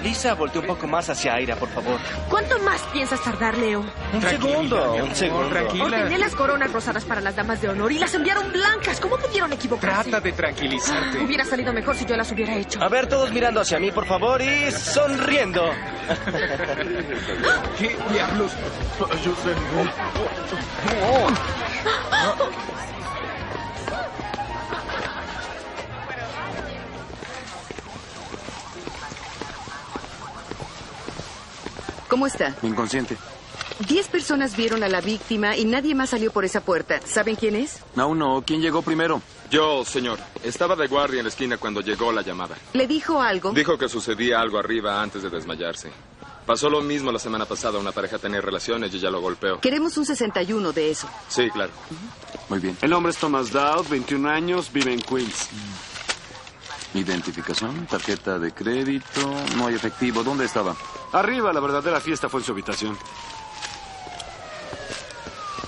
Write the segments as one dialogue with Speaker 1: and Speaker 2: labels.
Speaker 1: Lisa, voltea un poco más hacia Aira, por favor.
Speaker 2: ¿Cuánto más piensas tardar, Leo?
Speaker 1: Un segundo, un segundo.
Speaker 2: Ordené las coronas rosadas para las damas de honor y las enviaron blancas. ¿Cómo pudieron equivocarse?
Speaker 3: Trata de
Speaker 4: Ah,
Speaker 3: tranquilizarte.
Speaker 2: Hubiera salido mejor si yo las hubiera hecho.
Speaker 1: A ver, todos mirando hacia mí, por favor, y sonriendo.
Speaker 3: ¿Qué diablos? Rayos del norte.
Speaker 5: ¿Cómo está?
Speaker 6: Inconsciente.
Speaker 5: Diez personas vieron a la víctima y nadie más salió por esa puerta. ¿Saben quién es?
Speaker 6: Aún no. ¿Quién llegó primero?
Speaker 7: Yo, señor, estaba de guardia en la esquina cuando llegó la llamada.
Speaker 5: ¿Le dijo algo?
Speaker 7: Dijo que sucedía algo arriba antes de desmayarse. Pasó lo mismo la semana pasada. Una pareja tenía relaciones y ella lo golpeó.
Speaker 5: Queremos un 61 de eso.
Speaker 7: Sí, claro.
Speaker 6: Muy bien.
Speaker 8: El nombre es Thomas Dowd, 21 años, vive en Queens.
Speaker 6: Mm. Identificación, tarjeta de crédito, no hay efectivo. ¿Dónde estaba?
Speaker 8: Arriba, la verdadera fiesta fue en su habitación.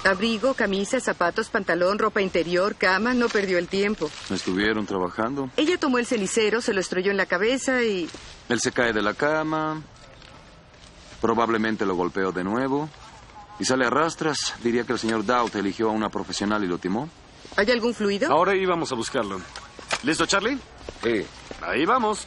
Speaker 5: Abrigo, camisa, zapatos, pantalón, ropa interior, cama, no perdió el tiempo.
Speaker 6: Estuvieron trabajando.
Speaker 5: Ella tomó el cenicero, se lo estrelló en la cabeza y...
Speaker 6: Él se cae de la cama. Probablemente lo golpeó de nuevo. Y sale a rastras. Diría que el señor Dowd eligió a una profesional y lo timó.
Speaker 5: ¿Hay algún fluido?
Speaker 8: Ahora íbamos a buscarlo. ¿Listo, Charlie?
Speaker 6: Sí.
Speaker 8: Ahí vamos.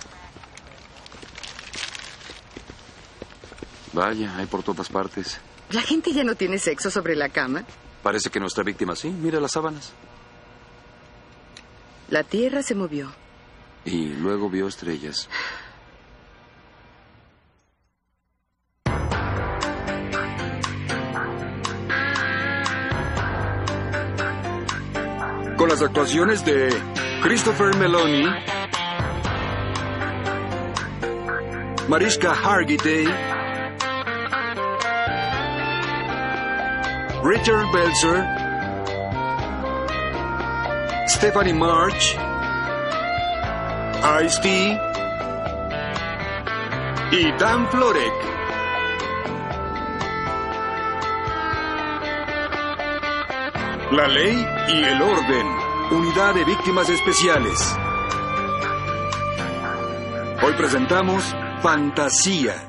Speaker 6: Vaya, hay por todas partes.
Speaker 5: La gente ya no tiene sexo sobre la cama.
Speaker 6: Parece que nuestra víctima sí. Mira las sábanas.
Speaker 5: La tierra se movió.
Speaker 6: Y luego vio estrellas.
Speaker 9: Con las actuaciones de Christopher Meloni, Mariska Hargitay, Richard Belzer, Stephanie March, Ice-T y Dan Florek. La ley y el orden. Unidad de Víctimas Especiales. Hoy presentamos Fantasía.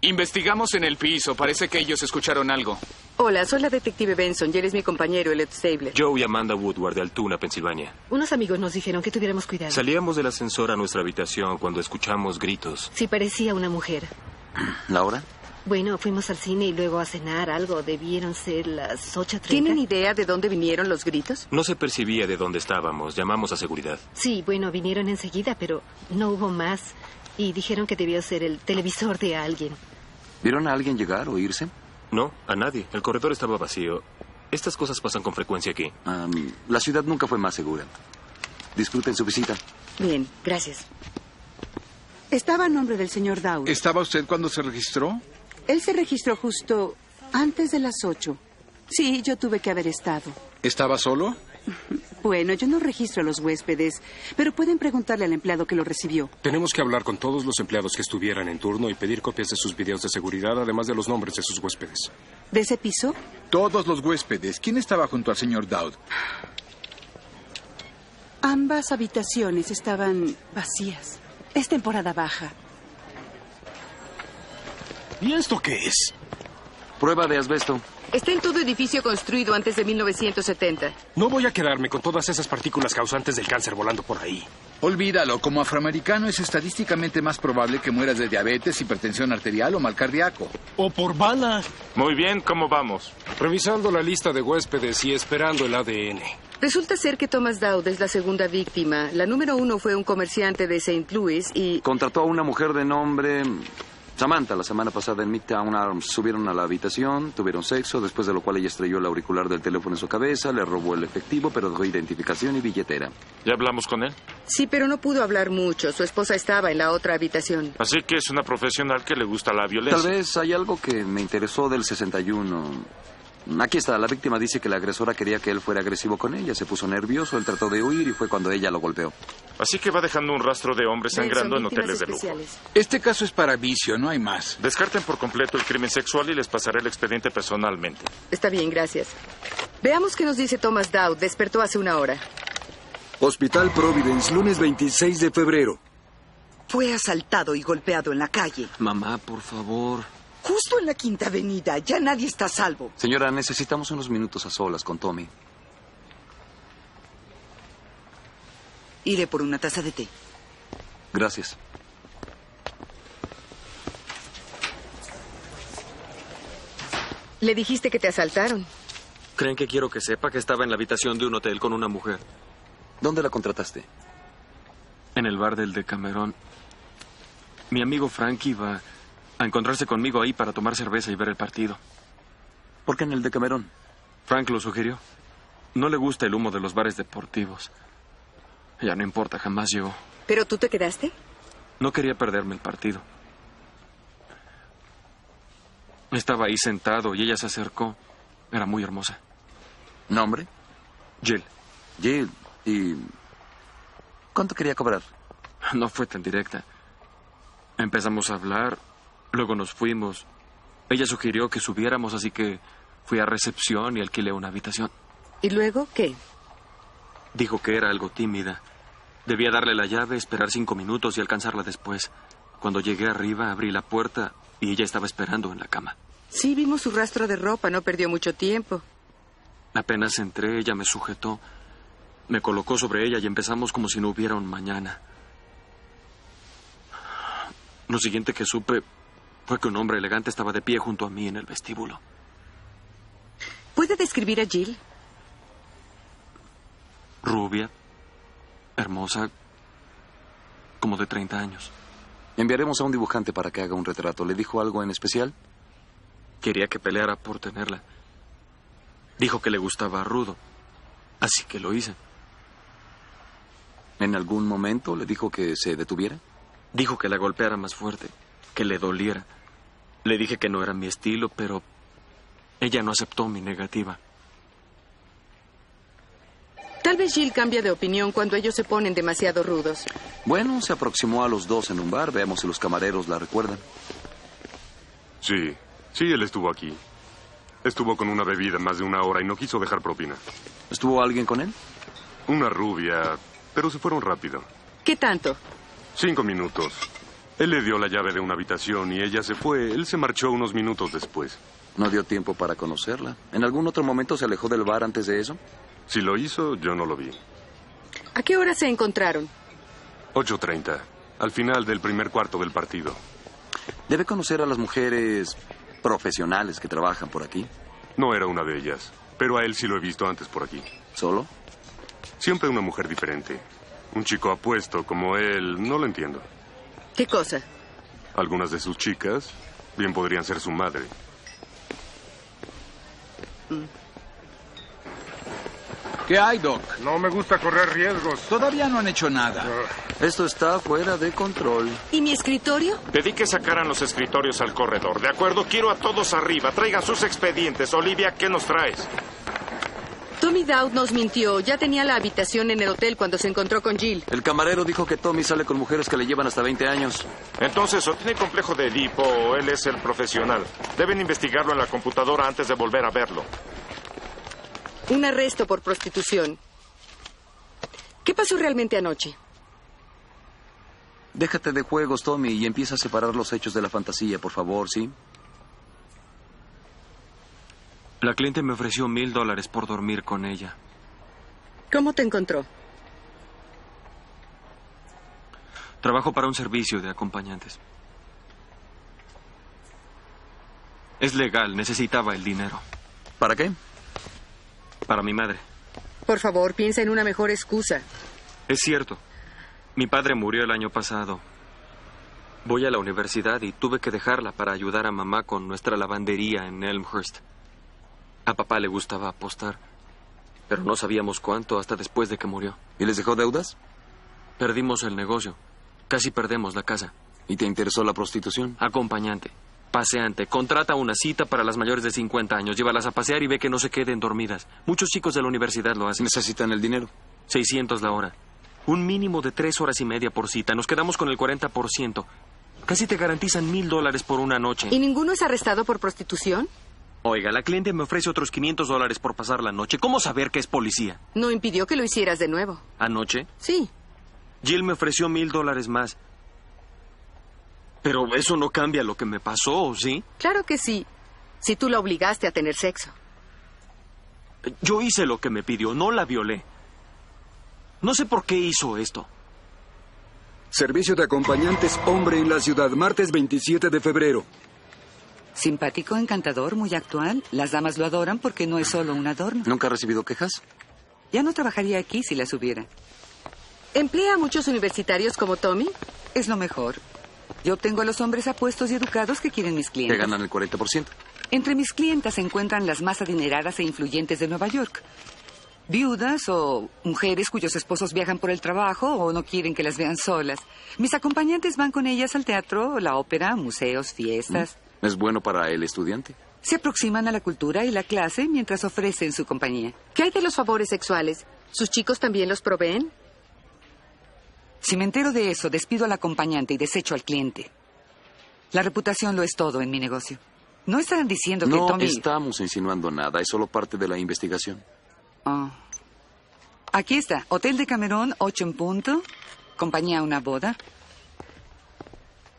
Speaker 3: Investigamos en el piso. Parece que ellos escucharon algo.
Speaker 5: Hola, soy la detective Benson y eres mi compañero, Elliot Stable.
Speaker 10: Yo y Amanda Woodward de Altoona, Pensilvania.
Speaker 11: Unos amigos nos dijeron que tuviéramos cuidado.
Speaker 10: Salíamos del ascensor a nuestra habitación cuando escuchamos gritos.
Speaker 11: Si parecía una mujer.
Speaker 6: ¿La hora?
Speaker 11: Bueno, fuimos al cine y luego a cenar algo. Debieron ser las 8.30.
Speaker 5: ¿Tienen idea de dónde vinieron los gritos?
Speaker 10: No se percibía de dónde estábamos. Llamamos a seguridad.
Speaker 11: Sí, bueno, vinieron enseguida, pero no hubo más. Y dijeron que debió ser el televisor de alguien.
Speaker 6: ¿Vieron a alguien llegar o irse?
Speaker 10: No, a nadie. El corredor estaba
Speaker 8: oh,
Speaker 10: vacío. Estas cosas pasan con frecuencia aquí.
Speaker 6: Ah, mm, la ciudad nunca fue más segura. Disfruten su visita.
Speaker 5: Bien, gracias.
Speaker 12: Estaba a nombre del señor Dowd.
Speaker 3: ¿Estaba usted cuando se registró?
Speaker 12: Él se registró justo antes de las ocho. Sí, yo tuve que haber estado.
Speaker 3: ¿Estaba solo?
Speaker 12: Bueno, yo no registro a los huéspedes, pero pueden preguntarle al empleado que lo recibió.
Speaker 13: Tenemos que hablar con todos los empleados que estuvieran en turno y pedir copias de sus videos de seguridad, además de los nombres de sus huéspedes.
Speaker 12: ¿De ese piso?
Speaker 14: Todos los huéspedes. ¿Quién estaba junto al señor Dowd?
Speaker 12: Ambas habitaciones estaban vacías. Es temporada baja.
Speaker 3: ¿Y esto qué es?
Speaker 6: Prueba de asbesto.
Speaker 5: Está en todo edificio construido antes de 1970.
Speaker 13: No voy a quedarme con todas esas partículas causantes del cáncer volando por ahí.
Speaker 14: Olvídalo, como afroamericano es estadísticamente más probable que mueras de diabetes, hipertensión arterial o mal cardíaco.
Speaker 3: O por bala.
Speaker 10: Muy bien, ¿cómo vamos?
Speaker 13: Revisando la lista de huéspedes y esperando el ADN.
Speaker 5: Resulta ser que Thomas Dowd es la segunda víctima. La número uno fue un comerciante de St. Louis y...
Speaker 6: Contrató a una mujer de nombre Samantha la semana pasada en Midtown Arms. Subieron a la habitación, tuvieron sexo, después de lo cual ella estrelló el auricular del teléfono en su cabeza, le robó el efectivo, pero dejó identificación y billetera.
Speaker 10: ¿Ya hablamos con él?
Speaker 5: Sí, pero no pudo hablar mucho. Su esposa estaba en la otra habitación.
Speaker 10: Así que es una profesional que le gusta la violencia.
Speaker 6: Tal vez hay algo que me interesó del 61. Aquí está, la víctima dice que la agresora quería que él fuera agresivo con ella. Se puso nervioso, él trató de huir y fue cuando ella lo golpeó.
Speaker 15: Así que va dejando un rastro de hombres sangrando en hoteles de lujo.
Speaker 14: Este caso es para vicio, no hay más.
Speaker 15: Descarten por completo el crimen sexual y les pasaré el expediente personalmente.
Speaker 5: Está bien, gracias. Veamos qué nos dice Thomas Dowd. Despertó hace una hora.
Speaker 9: Hospital Providence, lunes 26 de febrero.
Speaker 16: Fue asaltado y golpeado en la calle.
Speaker 6: Mamá, por favor.
Speaker 16: Justo en la Quinta Avenida. Ya nadie está a salvo.
Speaker 6: Señora, necesitamos unos minutos a solas con Tommy.
Speaker 16: Iré por una taza de té.
Speaker 6: Gracias.
Speaker 5: Le dijiste que te asaltaron.
Speaker 17: ¿Creen que quiero que sepa que estaba en la habitación de un hotel con una mujer?
Speaker 6: ¿Dónde la contrataste?
Speaker 17: En el bar del Decamerón. Mi amigo Frank iba a encontrarse conmigo ahí para tomar cerveza y ver el partido.
Speaker 6: ¿Por qué en el Decamerón?
Speaker 17: Frank lo sugirió. No le gusta el humo de los bares deportivos. Ya no importa, jamás llegó.
Speaker 5: ¿Pero tú te quedaste?
Speaker 17: No quería perderme el partido. Estaba ahí sentado y ella se acercó. Era muy hermosa.
Speaker 6: ¿Nombre?
Speaker 17: Jill.
Speaker 6: Jill, ¿y cuánto quería cobrar?
Speaker 17: No fue tan directa. Empezamos a hablar, luego nos fuimos. Ella sugirió que subiéramos, así que fui a recepción y alquilé una habitación.
Speaker 5: ¿Y luego qué?
Speaker 17: Dijo que era algo tímida. Debía darle la llave, esperar cinco minutos y alcanzarla después. Cuando llegué arriba, abrí la puerta y ella estaba esperando en la cama.
Speaker 5: Sí, vimos su rastro de ropa, no perdió mucho tiempo.
Speaker 17: Apenas entré, ella me sujetó, me colocó sobre ella y empezamos como si no hubiera un mañana. Lo siguiente que supe fue que un hombre elegante estaba de pie junto a mí en el vestíbulo.
Speaker 5: ¿Puede describir a Jill?
Speaker 17: Rubia, hermosa, como de 30 años.
Speaker 6: Enviaremos a un dibujante para que haga un retrato. ¿Le dijo algo en especial?
Speaker 17: Quería que peleara por tenerla. Dijo que le gustaba a Rudo. Así que lo hice.
Speaker 6: ¿En algún momento le dijo que se detuviera?
Speaker 17: Dijo que la golpeara más fuerte, que le doliera. Le dije que no era mi estilo, pero ella no aceptó mi negativa.
Speaker 5: Tal vez Jill cambia de opinión cuando ellos se ponen demasiado rudos.
Speaker 6: Bueno, se aproximó a los dos en un bar. Veamos si los camareros la recuerdan.
Speaker 15: Sí, sí, él estuvo aquí. Estuvo con una bebida más de una hora y no quiso dejar propina.
Speaker 6: ¿Estuvo alguien con él?
Speaker 15: Una rubia, pero se fueron rápido.
Speaker 5: ¿Qué tanto?
Speaker 15: Cinco minutos. Él le dio la llave de una habitación y ella se fue. Él se marchó unos minutos después.
Speaker 6: No dio tiempo para conocerla. ¿En algún otro momento se alejó del bar antes de eso?
Speaker 15: Si lo hizo, yo no lo vi.
Speaker 5: ¿A qué hora se encontraron?
Speaker 15: 8.30, al final del primer cuarto del partido.
Speaker 6: Debe conocer a las mujeres profesionales que trabajan por aquí.
Speaker 15: No era una de ellas, pero a él sí lo he visto antes por aquí.
Speaker 6: ¿Solo?
Speaker 15: Siempre una mujer diferente. Un chico apuesto como él, no lo entiendo.
Speaker 5: ¿Qué cosa?
Speaker 15: Algunas de sus chicas bien podrían ser su madre.
Speaker 14: ¿Qué hay, Doc?
Speaker 18: No me gusta correr riesgos. Ah.
Speaker 14: Todavía no han hecho nada.
Speaker 6: Esto está fuera de control.
Speaker 5: ¿Y mi escritorio?
Speaker 15: Pedí que sacaran los escritorios al corredor. De acuerdo, quiero a todos arriba. Traigan sus expedientes. Olivia, ¿qué nos traes?
Speaker 5: Tommy Dowd nos mintió. Ya tenía la habitación en el hotel cuando se encontró con Jill.
Speaker 6: El camarero dijo que Tommy sale con mujeres que le llevan hasta 20 años.
Speaker 15: Entonces, o tiene complejo de Edipo o él es el profesional. Deben investigarlo en la computadora antes de volver a verlo.
Speaker 5: Un arresto por prostitución. ¿Qué pasó realmente anoche?
Speaker 6: Déjate de juegos, Tommy, y empieza a separar los hechos de la fantasía, por favor, ¿sí?
Speaker 17: La cliente me ofreció mil dólares por dormir con ella.
Speaker 5: ¿Cómo te encontró?
Speaker 17: Trabajo para un servicio de acompañantes. Es legal, necesitaba el dinero.
Speaker 6: ¿Para qué?
Speaker 17: Para mi madre.
Speaker 5: Por favor, piensa en una mejor excusa.
Speaker 17: Es cierto. Mi padre murió el año pasado. Voy a la universidad y tuve que dejarla para ayudar a mamá con nuestra lavandería en Elmhurst. A papá le gustaba apostar, pero no sabíamos cuánto hasta después de que murió.
Speaker 6: ¿Y les dejó deudas?
Speaker 17: Perdimos el negocio. Casi perdemos la casa.
Speaker 6: ¿Y te interesó la prostitución?
Speaker 17: Acompañante. Paseante, contrata una cita para las mayores de 50 años, llévalas a pasear y ve que no se queden dormidas. Muchos chicos de la universidad lo hacen.
Speaker 6: ¿Necesitan el dinero?
Speaker 17: 600 la hora. Un mínimo de tres horas y media por cita. Nos quedamos con el 40%. Casi te garantizan mil dólares por una noche.
Speaker 5: ¿Y ninguno es arrestado por prostitución?
Speaker 17: Oiga, la cliente me ofrece otros 500 dólares por pasar la noche. ¿Cómo saber que es policía?
Speaker 5: No impidió que lo hicieras de nuevo.
Speaker 17: ¿Anoche?
Speaker 5: Sí.
Speaker 17: Jill me ofreció mil dólares más. Pero eso no cambia lo que me pasó, ¿sí?
Speaker 5: Claro que sí. Si tú la obligaste a tener sexo.
Speaker 17: Yo hice lo que me pidió, no la violé. No sé por qué hizo esto.
Speaker 9: Servicio de acompañantes hombre en la ciudad, martes 27 de febrero.
Speaker 19: Simpático, encantador, muy actual. Las damas lo adoran porque no es solo un adorno.
Speaker 6: ¿Nunca ha recibido quejas?
Speaker 19: Ya no trabajaría aquí si las hubiera.
Speaker 5: ¿Emplea a muchos universitarios como Tommy?
Speaker 19: Es lo mejor. Yo obtengo a los hombres apuestos y educados que quieren mis
Speaker 6: Que
Speaker 19: clientes.
Speaker 6: ganan el 40%.
Speaker 19: Entre mis clientas se encuentran las más adineradas e influyentes de Nueva York. Viudas o mujeres cuyos esposos viajan por el trabajo o no quieren que las vean solas. Mis acompañantes van con ellas al teatro, la ópera, museos, fiestas.
Speaker 5: Mm.
Speaker 6: ¿Mm? ¿Es bueno para el estudiante?
Speaker 19: Se aproximan a la cultura y la clase mientras ofrecen su compañía.
Speaker 5: ¿Qué hay de los favores sexuales? ¿Sus chicos también los proveen?
Speaker 19: Si me entero de eso, despido al acompañante y desecho al cliente. La reputación lo es todo en mi negocio. No estarán diciendo que
Speaker 6: No
Speaker 19: Tommy...
Speaker 6: estamos insinuando nada, es solo parte de la investigación.
Speaker 19: Ah. Aquí está, Hotel de Camerón, 8 en punto, compañía una boda.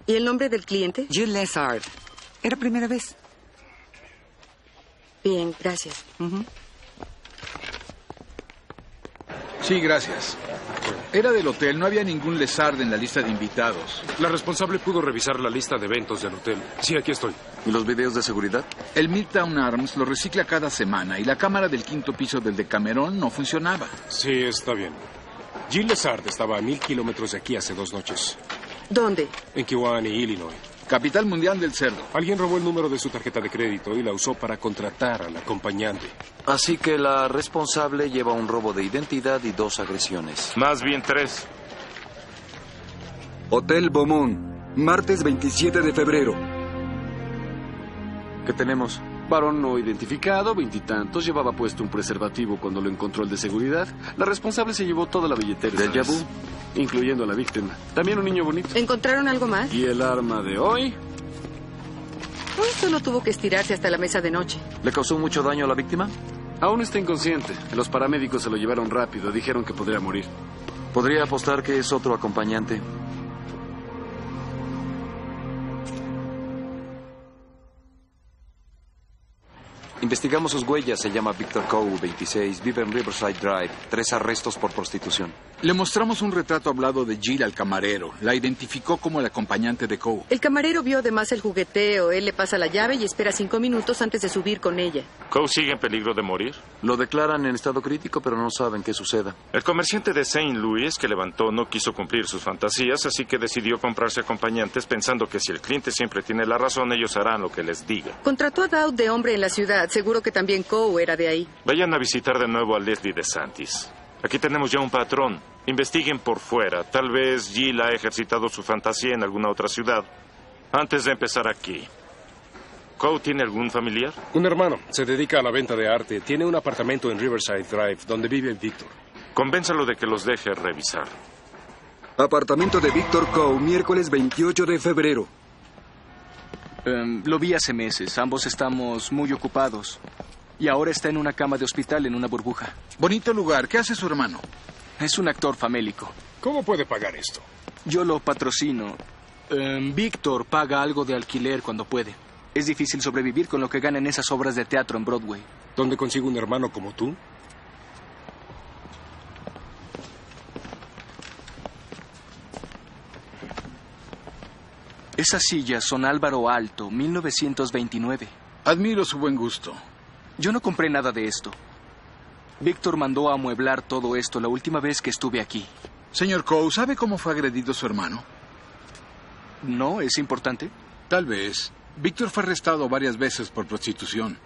Speaker 5: ¿Y el nombre del cliente?
Speaker 19: Jill Lessard. Era primera vez.
Speaker 5: Bien, gracias.
Speaker 14: Sí, gracias. Era del hotel, no había ningún Lezard en la lista de invitados.
Speaker 13: La responsable pudo revisar la lista de eventos del hotel. Sí, aquí estoy.
Speaker 6: ¿Y los videos de seguridad?
Speaker 14: El Midtown Arms lo recicla cada semana y la cámara del quinto piso del de Camerón no funcionaba.
Speaker 13: Sí, está bien. Jill Lezard estaba a mil kilómetros de aquí hace dos noches,
Speaker 5: ¿Dónde?
Speaker 13: en Kiwani, Illinois.
Speaker 14: Capital mundial del cerdo.
Speaker 13: Alguien robó el número de su tarjeta de crédito y la usó para contratar al acompañante.
Speaker 6: Así que la responsable lleva un robo de identidad y dos agresiones.
Speaker 8: Más bien tres.
Speaker 9: Hotel Beaumont, martes 27 de febrero.
Speaker 8: ¿Qué tenemos? Varón no identificado, veintitantos, llevaba puesto un preservativo cuando lo encontró el de seguridad. La responsable se llevó toda la billetera.
Speaker 6: ¿Del
Speaker 8: ¿sabes?
Speaker 6: vu?
Speaker 8: Incluyendo a la víctima. También un niño bonito.
Speaker 5: ¿Encontraron algo más?
Speaker 8: Y el arma de hoy
Speaker 5: ¿O solo tuvo que estirarse hasta la mesa de noche?
Speaker 8: ¿Le causó mucho daño a la víctima? Aún está inconsciente. Los paramédicos se lo llevaron rápido. Dijeron que podría morir.
Speaker 6: Podría apostar que es otro acompañante. Investigamos sus huellas. Se llama Victor Coe, 26. Vive en Riverside Drive. Tres arrestos por prostitución.
Speaker 14: Le mostramos un retrato hablado de Jill al camarero. La identificó como el acompañante de Coe.
Speaker 5: El camarero vio además el jugueteo. Él le pasa la llave y espera cinco minutos antes de subir con ella.
Speaker 20: Coe sigue en peligro de morir.
Speaker 6: Lo declaran en estado crítico, pero no saben qué suceda.
Speaker 20: El comerciante de Saint Louis que levantó no quiso cumplir sus fantasías, así que decidió comprarse acompañantes pensando que si el cliente siempre tiene la razón, ellos harán lo que les diga.
Speaker 5: Contrató a Dowd de hombre en la ciudad. Seguro que también Coe era de ahí.
Speaker 20: Vayan a visitar de nuevo a Leslie de Santis. Aquí tenemos ya un patrón. Investiguen por fuera. Tal vez Jill ha ejercitado su fantasía en alguna otra ciudad. Antes de empezar aquí. ¿Coe tiene algún familiar?
Speaker 13: Un hermano se dedica a la venta de arte. Tiene un apartamento en Riverside Drive, donde vive Víctor.
Speaker 20: Convénzalo de que los deje revisar.
Speaker 9: Apartamento de Víctor Coe, miércoles 28 de febrero.
Speaker 21: Em, lo vi hace meses. Ambos estamos muy ocupados. Y ahora está en una cama de hospital en una burbuja.
Speaker 14: Bonito lugar. ¿Qué hace su hermano?
Speaker 21: Es un actor famélico.
Speaker 13: ¿Cómo puede pagar esto?
Speaker 21: Yo lo patrocino. Em, Víctor paga algo de alquiler cuando puede. Es difícil sobrevivir con lo que ganan esas obras de teatro en Broadway.
Speaker 13: ¿Dónde consigo un hermano como tú?
Speaker 21: Esas sillas son Álvaro Alto, 1929.
Speaker 14: Admiro su buen gusto.
Speaker 21: Yo no compré nada de esto. Víctor mandó a amueblar todo esto la última vez que estuve aquí.
Speaker 14: Señor Coe, ¿sabe cómo fue agredido su hermano?
Speaker 21: No, es importante.
Speaker 14: Tal vez. Víctor fue arrestado varias veces por prostitución.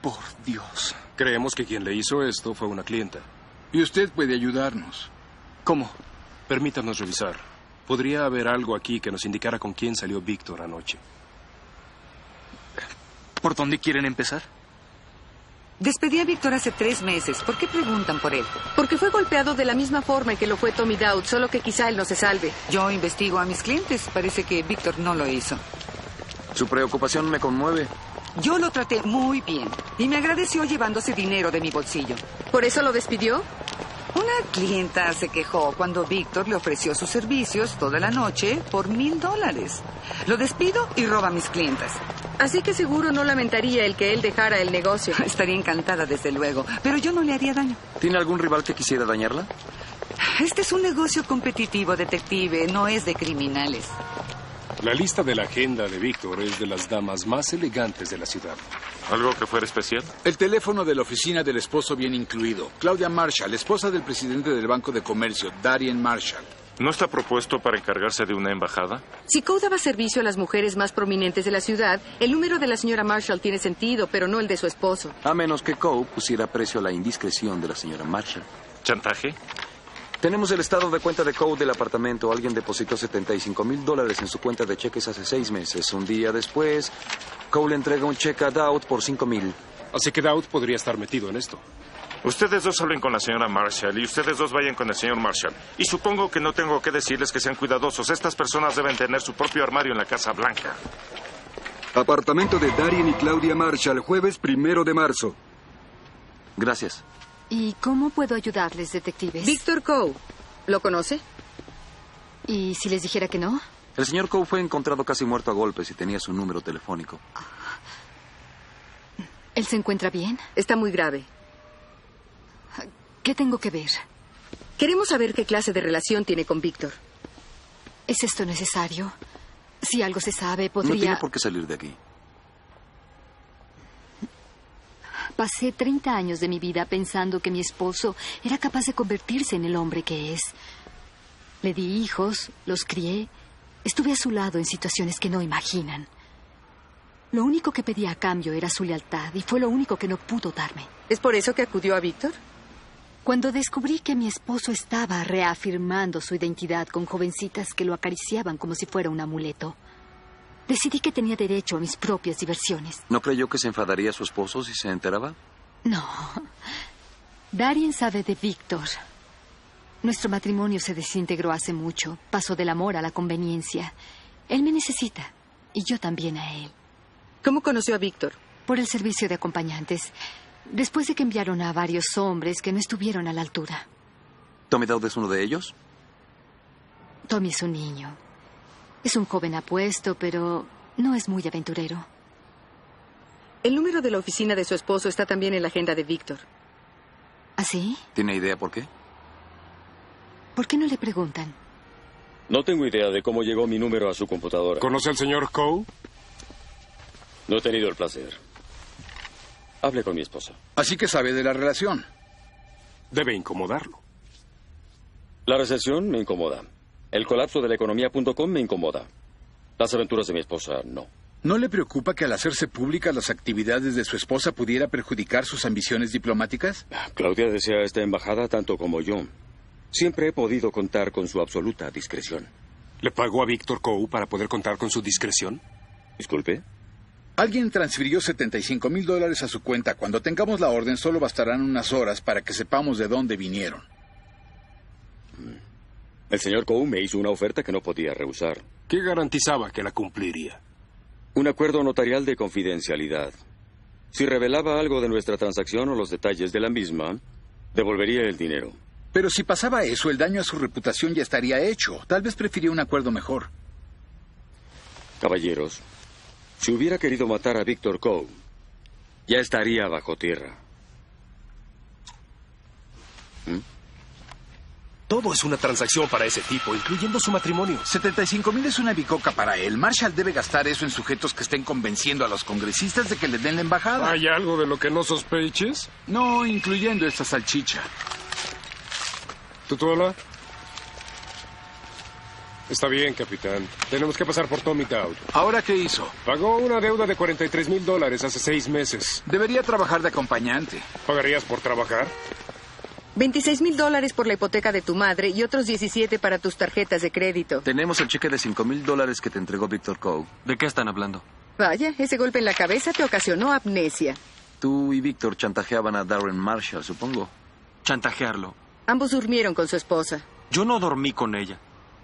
Speaker 21: Por Dios.
Speaker 13: Creemos que quien le hizo esto fue una clienta.
Speaker 14: Y usted puede ayudarnos.
Speaker 21: ¿Cómo?
Speaker 13: Permítanos revisar. Podría haber algo aquí que nos indicara con quién salió Víctor anoche.
Speaker 22: ¿Por dónde quieren empezar?
Speaker 19: Despedí a Víctor hace tres meses. ¿Por qué preguntan por él?
Speaker 5: Porque fue golpeado de la misma forma en que lo fue Tommy Dowd, solo que quizá él no se salve.
Speaker 19: Yo investigo a mis clientes. Parece que Víctor no lo hizo.
Speaker 6: Su preocupación me conmueve.
Speaker 19: Yo lo traté muy bien y me agradeció llevándose dinero de mi bolsillo.
Speaker 5: ¿Por eso lo despidió?
Speaker 19: Una clienta se quejó cuando Víctor le ofreció sus servicios toda la noche por mil dólares. Lo despido y roba a mis clientas.
Speaker 5: Así que seguro no lamentaría el que él dejara el negocio.
Speaker 19: Estaría encantada, desde luego, pero yo no le haría daño.
Speaker 6: ¿Tiene algún rival que quisiera dañarla?
Speaker 19: Este es un negocio competitivo, detective, no es de criminales.
Speaker 23: La lista de la agenda de Víctor es de las damas más elegantes de la ciudad.
Speaker 20: ¿Algo que fuera especial?
Speaker 14: El teléfono de la oficina del esposo bien incluido. Claudia Marshall, esposa del presidente del Banco de Comercio, Darien Marshall.
Speaker 20: ¿No está propuesto para encargarse de una embajada?
Speaker 5: Si Code daba servicio a las mujeres más prominentes de la ciudad, el número de la señora Marshall tiene sentido, pero no el de su esposo.
Speaker 6: A menos que Coe pusiera precio a la indiscreción de la señora Marshall.
Speaker 20: ¿Chantaje?
Speaker 6: Tenemos el estado de cuenta de Code del apartamento. Alguien depositó 75 mil dólares en su cuenta de cheques hace seis meses. Un día después, Cole le entrega un cheque a Dowd por 5 mil.
Speaker 23: Así que Dowd podría estar metido en esto.
Speaker 20: Ustedes dos hablen con la señora Marshall y ustedes dos vayan con el señor Marshall. Y supongo que no tengo que decirles que sean cuidadosos. Estas personas deben tener su propio armario en la Casa Blanca.
Speaker 9: Apartamento de Darien y Claudia Marshall, jueves primero de marzo.
Speaker 6: Gracias.
Speaker 24: ¿Y cómo puedo ayudarles, detectives?
Speaker 5: Víctor Coe, ¿lo conoce?
Speaker 24: ¿Y si les dijera que no?
Speaker 6: El señor Coe fue encontrado casi muerto a golpes y tenía su número telefónico.
Speaker 24: ¿Él se encuentra bien?
Speaker 5: Está muy grave.
Speaker 24: ¿Qué tengo que ver?
Speaker 5: Queremos saber qué clase de relación tiene con Víctor.
Speaker 24: ¿Es esto necesario? Si algo se sabe,
Speaker 6: No
Speaker 24: podría...
Speaker 6: tiene por qué salir de aquí.
Speaker 24: Pasé 30 años de mi vida pensando que mi esposo era capaz de convertirse en el hombre que es. Le di hijos, los crié, estuve a su lado en situaciones que no imaginan. Lo único que pedía a cambio era su lealtad y fue lo único que no pudo darme.
Speaker 5: ¿Es por eso que acudió a Víctor?
Speaker 24: Cuando descubrí que mi esposo estaba reafirmando su identidad con jovencitas que lo acariciaban como si fuera un amuleto, decidí que tenía derecho a mis propias diversiones.
Speaker 6: ¿No creyó que se enfadaría su esposo si se enteraba?
Speaker 24: No. Darien sabe de Víctor. Nuestro matrimonio se desintegró hace mucho. Pasó del amor a la conveniencia. Él me necesita y yo también a él.
Speaker 5: ¿Cómo conoció a Víctor?
Speaker 24: Por el servicio de acompañantes. Después de que enviaron a varios hombres que no estuvieron a la altura.
Speaker 6: ¿Tommy Dowd es uno de ellos?
Speaker 24: Tommy es un niño. Es un joven apuesto, pero no es muy aventurero.
Speaker 5: El número de la oficina de su esposo está también en la agenda de Víctor.
Speaker 24: ¿Así?
Speaker 6: ¿Tiene idea por qué?
Speaker 24: ¿Por qué no le preguntan?
Speaker 25: No tengo idea de cómo llegó mi número a su computadora.
Speaker 23: ¿Conoce al señor Coe?
Speaker 25: No he tenido el placer. Hable con mi esposa.
Speaker 14: Así que sabe de la relación.
Speaker 23: Debe incomodarlo.
Speaker 25: La recesión me incomoda. El colapso de la economía.com me incomoda. Las aventuras de mi esposa no.
Speaker 14: ¿No le preocupa que al hacerse públicas las actividades de su esposa pudiera perjudicar sus ambiciones diplomáticas?
Speaker 25: Claudia desea esta embajada tanto como yo. Siempre he podido contar con su absoluta discreción.
Speaker 23: ¿Le pagó a Víctor Coe para poder contar con su discreción?
Speaker 25: Disculpe.
Speaker 14: Alguien transfirió 75 mil dólares a su cuenta. Cuando tengamos la orden solo bastarán unas horas para que sepamos de dónde vinieron.
Speaker 25: El señor Coe me hizo una oferta que no podía rehusar.
Speaker 23: ¿Qué garantizaba que la cumpliría?
Speaker 25: Un acuerdo notarial de confidencialidad. Si revelaba algo de nuestra transacción o los detalles de la misma, devolvería el dinero.
Speaker 14: Pero si pasaba eso, el daño a su reputación ya estaría hecho. Tal vez prefirió un acuerdo mejor.
Speaker 25: Caballeros, si hubiera querido matar a Víctor Coe, ya estaría bajo tierra.
Speaker 3: Todo es una transacción para ese tipo, incluyendo su matrimonio.
Speaker 14: 75 mil es una bicoca para él. Marshall debe gastar eso en sujetos que estén convenciendo a los congresistas de que le den la embajada.
Speaker 23: ¿Hay algo de lo que no sospeches?
Speaker 14: No, incluyendo esta salchicha.
Speaker 23: ¿Tutuola? Está bien, capitán. Tenemos que pasar por Tommy Dowd.
Speaker 14: ¿Ahora qué hizo?
Speaker 23: Pagó una deuda de 43 mil dólares hace seis meses.
Speaker 14: Debería trabajar de acompañante.
Speaker 23: ¿Pagarías por trabajar?
Speaker 5: 26 mil dólares por la hipoteca de tu madre y otros 17 para tus tarjetas de crédito.
Speaker 6: Tenemos el cheque de 5 mil dólares que te entregó Víctor Coe.
Speaker 26: ¿De qué están hablando?
Speaker 5: Vaya, ese golpe en la cabeza te ocasionó amnesia.
Speaker 6: Tú y Víctor chantajeaban a Darren Marshall, supongo.
Speaker 17: Chantajearlo.
Speaker 5: Ambos durmieron con su esposa.
Speaker 17: Yo no dormí con ella.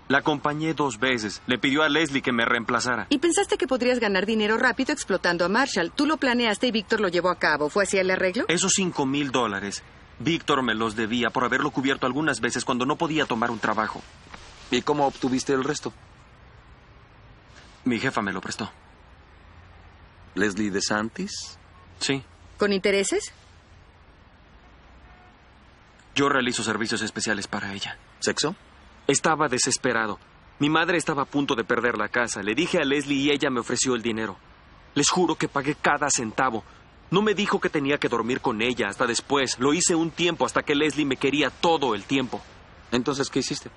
Speaker 17: La acompañé dos veces. Le pidió a Leslie que me reemplazara.
Speaker 5: Y pensaste que podrías ganar dinero rápido explotando a Marshall. Tú lo planeaste y Víctor lo llevó a cabo. ¿Fue así el arreglo?
Speaker 17: Esos cinco mil dólares, Víctor me los debía por haberlo cubierto algunas veces cuando no podía tomar un trabajo.
Speaker 6: ¿Y cómo obtuviste el resto?
Speaker 17: Mi jefa me lo prestó.
Speaker 6: ¿Leslie DeSantis?
Speaker 17: Sí.
Speaker 5: ¿Con intereses?
Speaker 17: Yo realizo servicios especiales para ella.
Speaker 6: ¿Sexo?
Speaker 17: Estaba desesperado. Mi madre estaba a punto de perder la casa. Le dije a Leslie y ella me ofreció el dinero. Les juro que pagué cada centavo. No me dijo que tenía que dormir con ella hasta después. Lo hice un tiempo hasta que Leslie me quería todo el tiempo.
Speaker 6: Entonces, ¿qué hiciste?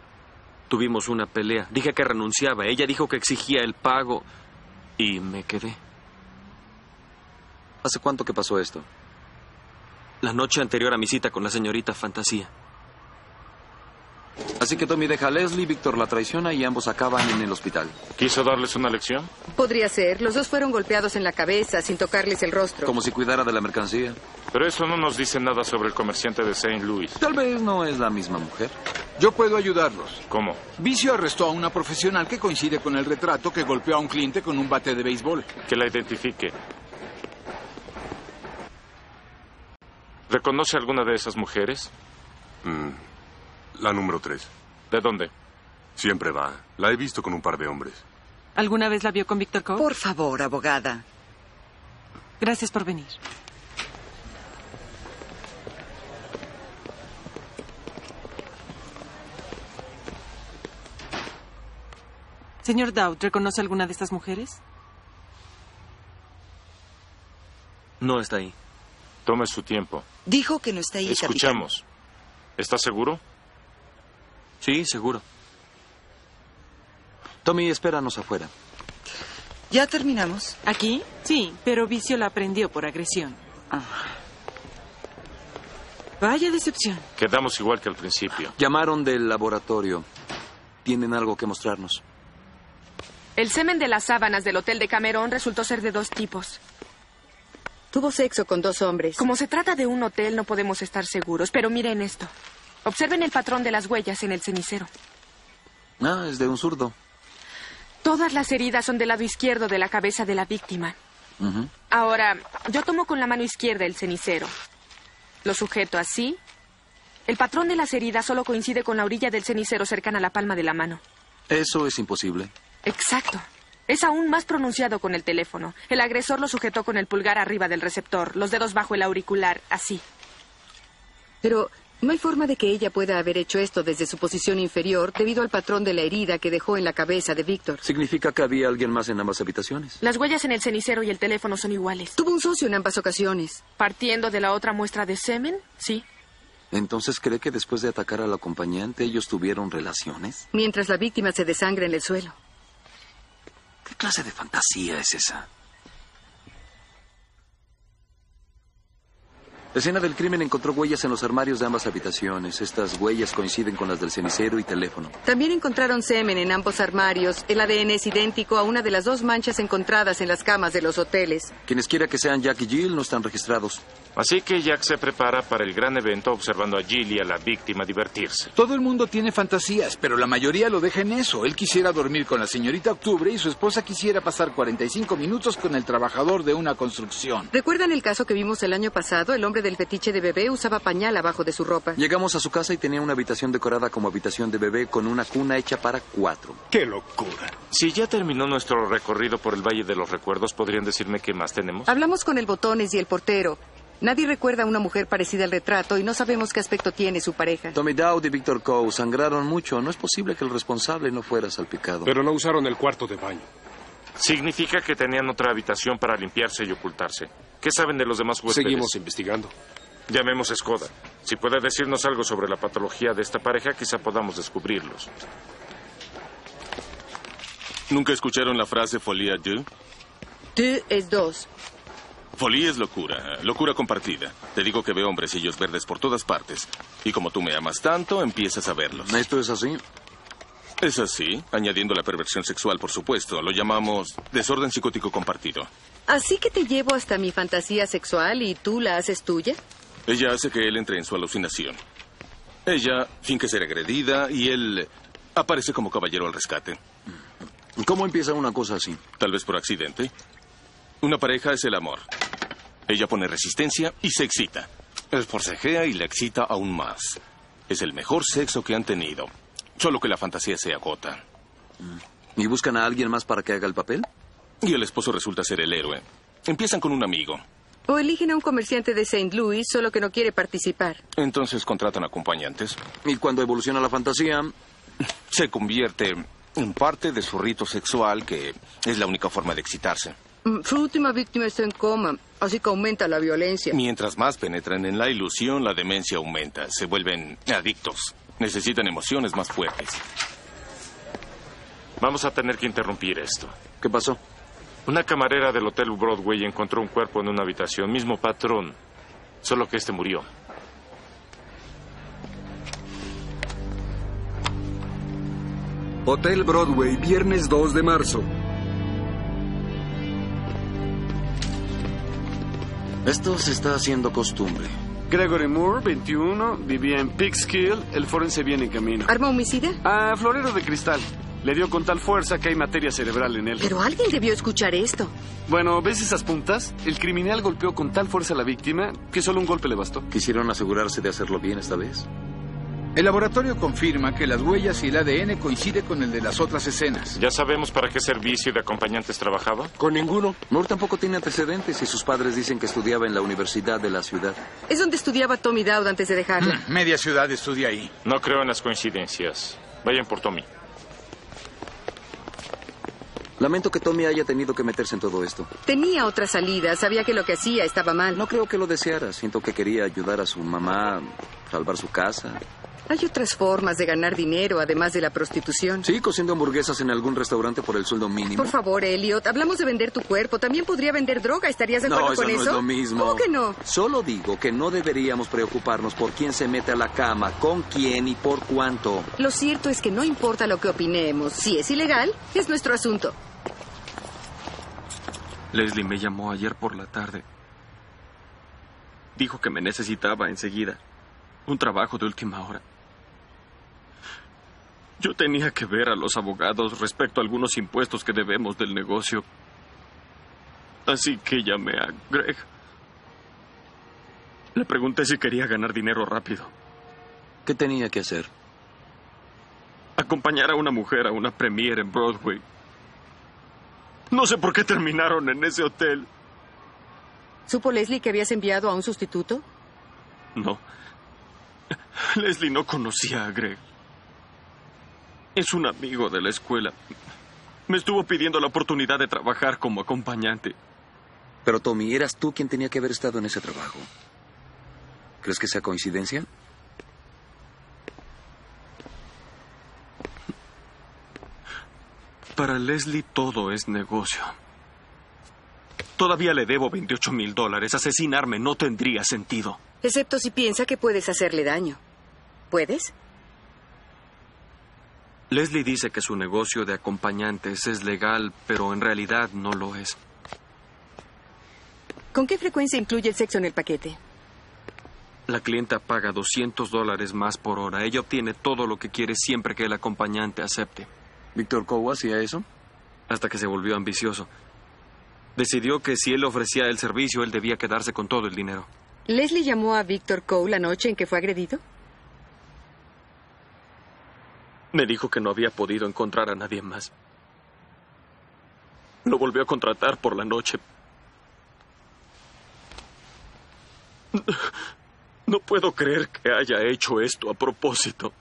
Speaker 17: Tuvimos una pelea. Dije que renunciaba. Ella dijo que exigía el pago. Y me quedé.
Speaker 6: ¿Hace cuánto que pasó esto?
Speaker 17: La noche anterior a mi cita con la señorita Fantasía.
Speaker 6: Así que Tommy deja a Leslie, Víctor la traiciona y ambos acaban en el hospital.
Speaker 20: ¿Quiso darles una lección?
Speaker 5: Podría ser. Los dos fueron golpeados en la cabeza sin tocarles el rostro.
Speaker 6: Como si cuidara de la mercancía.
Speaker 20: Pero eso no nos dice nada sobre el comerciante de St. Louis.
Speaker 6: Tal vez no es la misma mujer.
Speaker 2: Yo puedo ayudarlos.
Speaker 20: ¿Cómo?
Speaker 2: Vicio arrestó a una profesional que coincide con el retrato que golpeó a un cliente con un bate de béisbol.
Speaker 20: Que la identifique. ¿Reconoce alguna de esas mujeres?
Speaker 15: Mm, la número tres.
Speaker 20: ¿De dónde?
Speaker 15: Siempre va. La he visto con un par de hombres.
Speaker 27: ¿Alguna vez la vio con Víctor Coe?
Speaker 16: Por favor, abogada.
Speaker 27: Gracias por venir. Señor Dowd, ¿reconoce alguna de estas mujeres?
Speaker 17: No está ahí.
Speaker 20: Tome su tiempo.
Speaker 16: Dijo que no está ahí. capitán.
Speaker 20: Escuchamos. ¿Estás seguro?
Speaker 17: Sí, seguro.
Speaker 6: Tommy, espéranos afuera.
Speaker 16: Ya terminamos.
Speaker 27: ¿Aquí? Sí, pero Vicio la prendió por agresión. Vaya decepción.
Speaker 20: Quedamos igual que al principio.
Speaker 6: Llamaron del laboratorio. Tienen algo que mostrarnos.
Speaker 4: El semen de las sábanas del hotel de Cameron resultó ser de dos tipos.
Speaker 5: Tuvo sexo con dos hombres.
Speaker 4: Como se trata de un hotel, no podemos estar seguros, pero miren esto. Observen el patrón de las huellas en el cenicero.
Speaker 6: Ah, es de un zurdo.
Speaker 4: Todas las heridas son del lado izquierdo de la cabeza de la víctima. Ahora, yo tomo con la mano izquierda el cenicero. Lo sujeto así. El patrón de las heridas solo coincide con la orilla del cenicero cercana a la palma de la mano.
Speaker 6: Eso es imposible.
Speaker 4: Exacto. Es aún más pronunciado con el teléfono. El agresor lo sujetó con el pulgar arriba del receptor, los dedos bajo el auricular, así.
Speaker 5: Pero no hay forma de que ella pueda haber hecho esto desde su posición inferior debido al patrón de la herida que dejó en la cabeza de Víctor.
Speaker 6: Significa que había alguien más en ambas habitaciones.
Speaker 4: Las huellas en el cenicero y el teléfono son iguales.
Speaker 5: Tuvo un socio en ambas ocasiones.
Speaker 4: Partiendo de la otra muestra de semen, sí.
Speaker 6: Entonces, ¿cree que después de atacar al acompañante ellos tuvieron relaciones?
Speaker 5: Mientras la víctima se desangra en el suelo.
Speaker 6: ¿Qué clase de fantasía es esa? La escena del crimen encontró huellas en los armarios de ambas habitaciones. Estas huellas coinciden con las del cenicero y teléfono.
Speaker 5: También encontraron semen en ambos armarios. El ADN es idéntico a una de las dos manchas encontradas en las camas de los hoteles.
Speaker 6: Quienes quiera que sean Jack y Jill no están registrados.
Speaker 20: Así que Jack se prepara para el gran evento observando a Jill y a la víctima divertirse.
Speaker 2: Todo el mundo tiene fantasías, pero la mayoría lo deja en eso. Él quisiera dormir con la señorita Octubre y su esposa quisiera pasar 45 minutos con el trabajador de una construcción.
Speaker 5: ¿Recuerdan el caso que vimos el año pasado? El hombre del fetiche de bebé usaba pañal abajo de su ropa.
Speaker 6: Llegamos a su casa y tenía una habitación decorada como habitación de bebé con una cuna hecha para cuatro.
Speaker 2: ¡Qué locura!
Speaker 20: Si ya terminó nuestro recorrido por el Valle de los Recuerdos, ¿podrían decirme qué más tenemos?
Speaker 5: Hablamos con el botones y el portero. Nadie recuerda a una mujer parecida al retrato y no sabemos qué aspecto tiene su pareja.
Speaker 6: Tommy Dowd y Victor Coe sangraron mucho. No es posible que el responsable no fuera salpicado.
Speaker 15: Pero no usaron el cuarto de baño.
Speaker 20: Significa que tenían otra habitación para limpiarse y ocultarse. ¿Qué saben de los demás huéspedes?
Speaker 15: Seguimos investigando.
Speaker 20: Llamemos a Skoda. Si puede decirnos algo sobre la patología de esta pareja, quizá podamos descubrirlos.
Speaker 28: ¿Nunca escucharon la frase folía deux?
Speaker 5: Tú es dos.
Speaker 28: Folía es locura, locura compartida. Te digo que veo hombrecillos verdes por todas partes. Y como tú me amas tanto, empiezas a verlos.
Speaker 6: ¿Esto es así?
Speaker 28: Es así, añadiendo la perversión sexual, por supuesto. Lo llamamos desorden psicótico compartido.
Speaker 5: ¿Así que te llevo hasta mi fantasía sexual y tú la haces tuya?
Speaker 28: Ella hace que él entre en su alucinación. Ella finge ser agredida y él aparece como caballero al rescate.
Speaker 6: ¿Cómo empieza una cosa así?
Speaker 28: Tal vez por accidente. Una pareja es el amor. Ella pone resistencia y se excita. Él forcejea y la excita aún más. Es el mejor sexo que han tenido. Solo que la fantasía se agota.
Speaker 6: ¿Y buscan a alguien más para que haga el papel?
Speaker 28: Y el esposo resulta ser el héroe. Empiezan con un amigo.
Speaker 5: ¿O eligen a un comerciante de St. Louis solo que no quiere participar?
Speaker 28: Entonces contratan acompañantes.
Speaker 6: Y cuando evoluciona la fantasía,
Speaker 28: se convierte en parte de su rito sexual, que es la única forma de excitarse.
Speaker 5: Mm, Su última víctima está en coma, así que aumenta la violencia.
Speaker 28: Mientras más penetran en la ilusión, la demencia aumenta. Se vuelven adictos. Necesitan emociones más fuertes.
Speaker 20: Vamos a tener que interrumpir esto.
Speaker 6: ¿Qué pasó?
Speaker 20: Una camarera del Hotel Broadway encontró un cuerpo en una habitación, mismo patrón, solo que este murió.
Speaker 9: Hotel Broadway, viernes 2 de marzo.
Speaker 6: Esto se está haciendo costumbre.
Speaker 8: Gregory Moore, 21, vivía en Peekskill. El forense viene en camino.
Speaker 5: ¿Arma homicida?
Speaker 8: Ah, florero de cristal. Le dio con tal fuerza que hay materia cerebral en él.
Speaker 5: Pero alguien debió escuchar esto.
Speaker 8: Bueno, ¿ves esas puntas? El criminal golpeó con tal fuerza a la víctima que solo un golpe le bastó.
Speaker 6: ¿Quisieron asegurarse de hacerlo bien esta vez?
Speaker 14: El laboratorio confirma que las huellas y el ADN coincide con el de las otras escenas.
Speaker 20: ¿Ya sabemos para qué servicio de acompañantes trabajaba?
Speaker 6: Con ninguno. Moore tampoco tiene antecedentes y sus padres dicen que estudiaba en la universidad de la ciudad.
Speaker 5: Es donde estudiaba Tommy Dowd antes de
Speaker 6: Mm.
Speaker 5: dejarla.
Speaker 20: Media ciudad estudia ahí. No creo en las coincidencias. Vayan por Tommy.
Speaker 6: Lamento que Tommy haya tenido que meterse en todo esto.
Speaker 5: Tenía otra salida, sabía que lo que hacía estaba mal.
Speaker 6: No creo que lo deseara. Siento que quería ayudar a su mamá, salvar su casa.
Speaker 5: Hay otras formas de ganar dinero, además de la prostitución.
Speaker 6: Sí, cociendo hamburguesas en algún restaurante por el sueldo mínimo.
Speaker 5: Por favor, Elliot, hablamos de vender tu cuerpo. También podría vender droga. ¿Estarías de acuerdo
Speaker 6: No, eso
Speaker 5: con
Speaker 6: no
Speaker 5: eso?
Speaker 6: es lo mismo.
Speaker 5: ¿Cómo que no?
Speaker 6: Solo digo que no deberíamos preocuparnos por quién se mete a la cama, con quién y por cuánto.
Speaker 5: Lo cierto es que no importa lo que opinemos. Si es ilegal, es nuestro asunto.
Speaker 17: Leslie me llamó ayer por la tarde. Dijo que me necesitaba enseguida. Un trabajo de última hora. Yo tenía que ver a los abogados respecto a algunos impuestos que debemos del negocio. Así que llamé a Greg. Le pregunté si quería ganar dinero rápido.
Speaker 6: ¿Qué tenía que hacer?
Speaker 17: Acompañar a una mujer a una premiere en Broadway. No sé por qué terminaron en ese hotel.
Speaker 5: ¿Supo Leslie que habías enviado a un sustituto?
Speaker 17: No. Leslie no conocía a Greg. Es un amigo de la escuela. Me estuvo pidiendo la oportunidad de trabajar como acompañante.
Speaker 6: Pero Tommy, eras tú quien tenía que haber estado en ese trabajo. ¿Crees que sea coincidencia?
Speaker 17: Para Leslie todo es negocio. Todavía le debo 28 mil dólares. Asesinarme no tendría sentido.
Speaker 5: Excepto si piensa que puedes hacerle daño. ¿Puedes?
Speaker 17: Leslie dice que su negocio de acompañantes es legal, pero en realidad no lo es.
Speaker 5: ¿Con qué frecuencia incluye el sexo en el paquete?
Speaker 17: La clienta paga 200 dólares más por hora. Ella obtiene todo lo que quiere siempre que el acompañante acepte.
Speaker 6: ¿Víctor Cow hacía eso?
Speaker 17: Hasta que se volvió ambicioso. Decidió que si él ofrecía el servicio, él debía quedarse con todo el dinero.
Speaker 5: ¿Leslie llamó a Víctor Cole la noche en que fue agredido?
Speaker 17: Me dijo que no había podido encontrar a nadie más. Lo volvió a contratar por la noche. No puedo creer que haya hecho esto a propósito.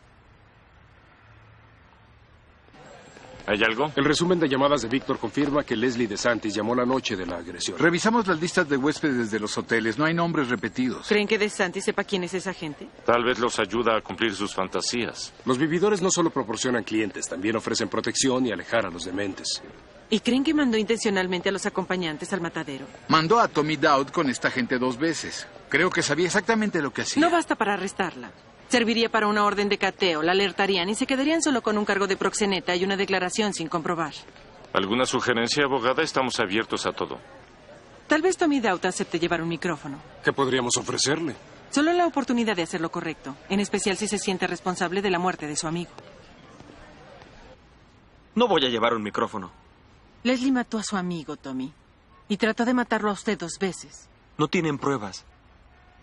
Speaker 20: ¿Hay algo?
Speaker 13: El resumen de llamadas de Víctor confirma que Leslie DeSantis llamó la noche de la agresión.
Speaker 14: Revisamos las listas de huéspedes de los hoteles. No hay nombres repetidos.
Speaker 27: ¿Creen que De Santi sepa quién es esa gente?
Speaker 20: Tal vez los ayuda a cumplir sus fantasías.
Speaker 13: Los vividores no solo proporcionan clientes, también ofrecen protección y alejar a los dementes.
Speaker 27: ¿Y creen que mandó intencionalmente a los acompañantes al matadero?
Speaker 14: Mandó a Tommy Dowd con esta gente dos veces. Creo que sabía exactamente lo que hacía.
Speaker 27: No basta para arrestarla. Serviría para una orden de cateo, la alertarían y se quedarían solo con un cargo de proxeneta y una declaración sin comprobar.
Speaker 20: ¿Alguna sugerencia, abogada? Estamos abiertos a todo.
Speaker 27: Tal vez Tommy Doubt acepte llevar un micrófono.
Speaker 13: ¿Qué podríamos ofrecerle?
Speaker 27: Solo la oportunidad de hacer lo correcto, en especial si se siente responsable de la muerte de su amigo.
Speaker 17: No voy a llevar un micrófono.
Speaker 27: Leslie mató a su amigo, Tommy, y trató de matarlo a usted dos veces.
Speaker 17: No tienen pruebas.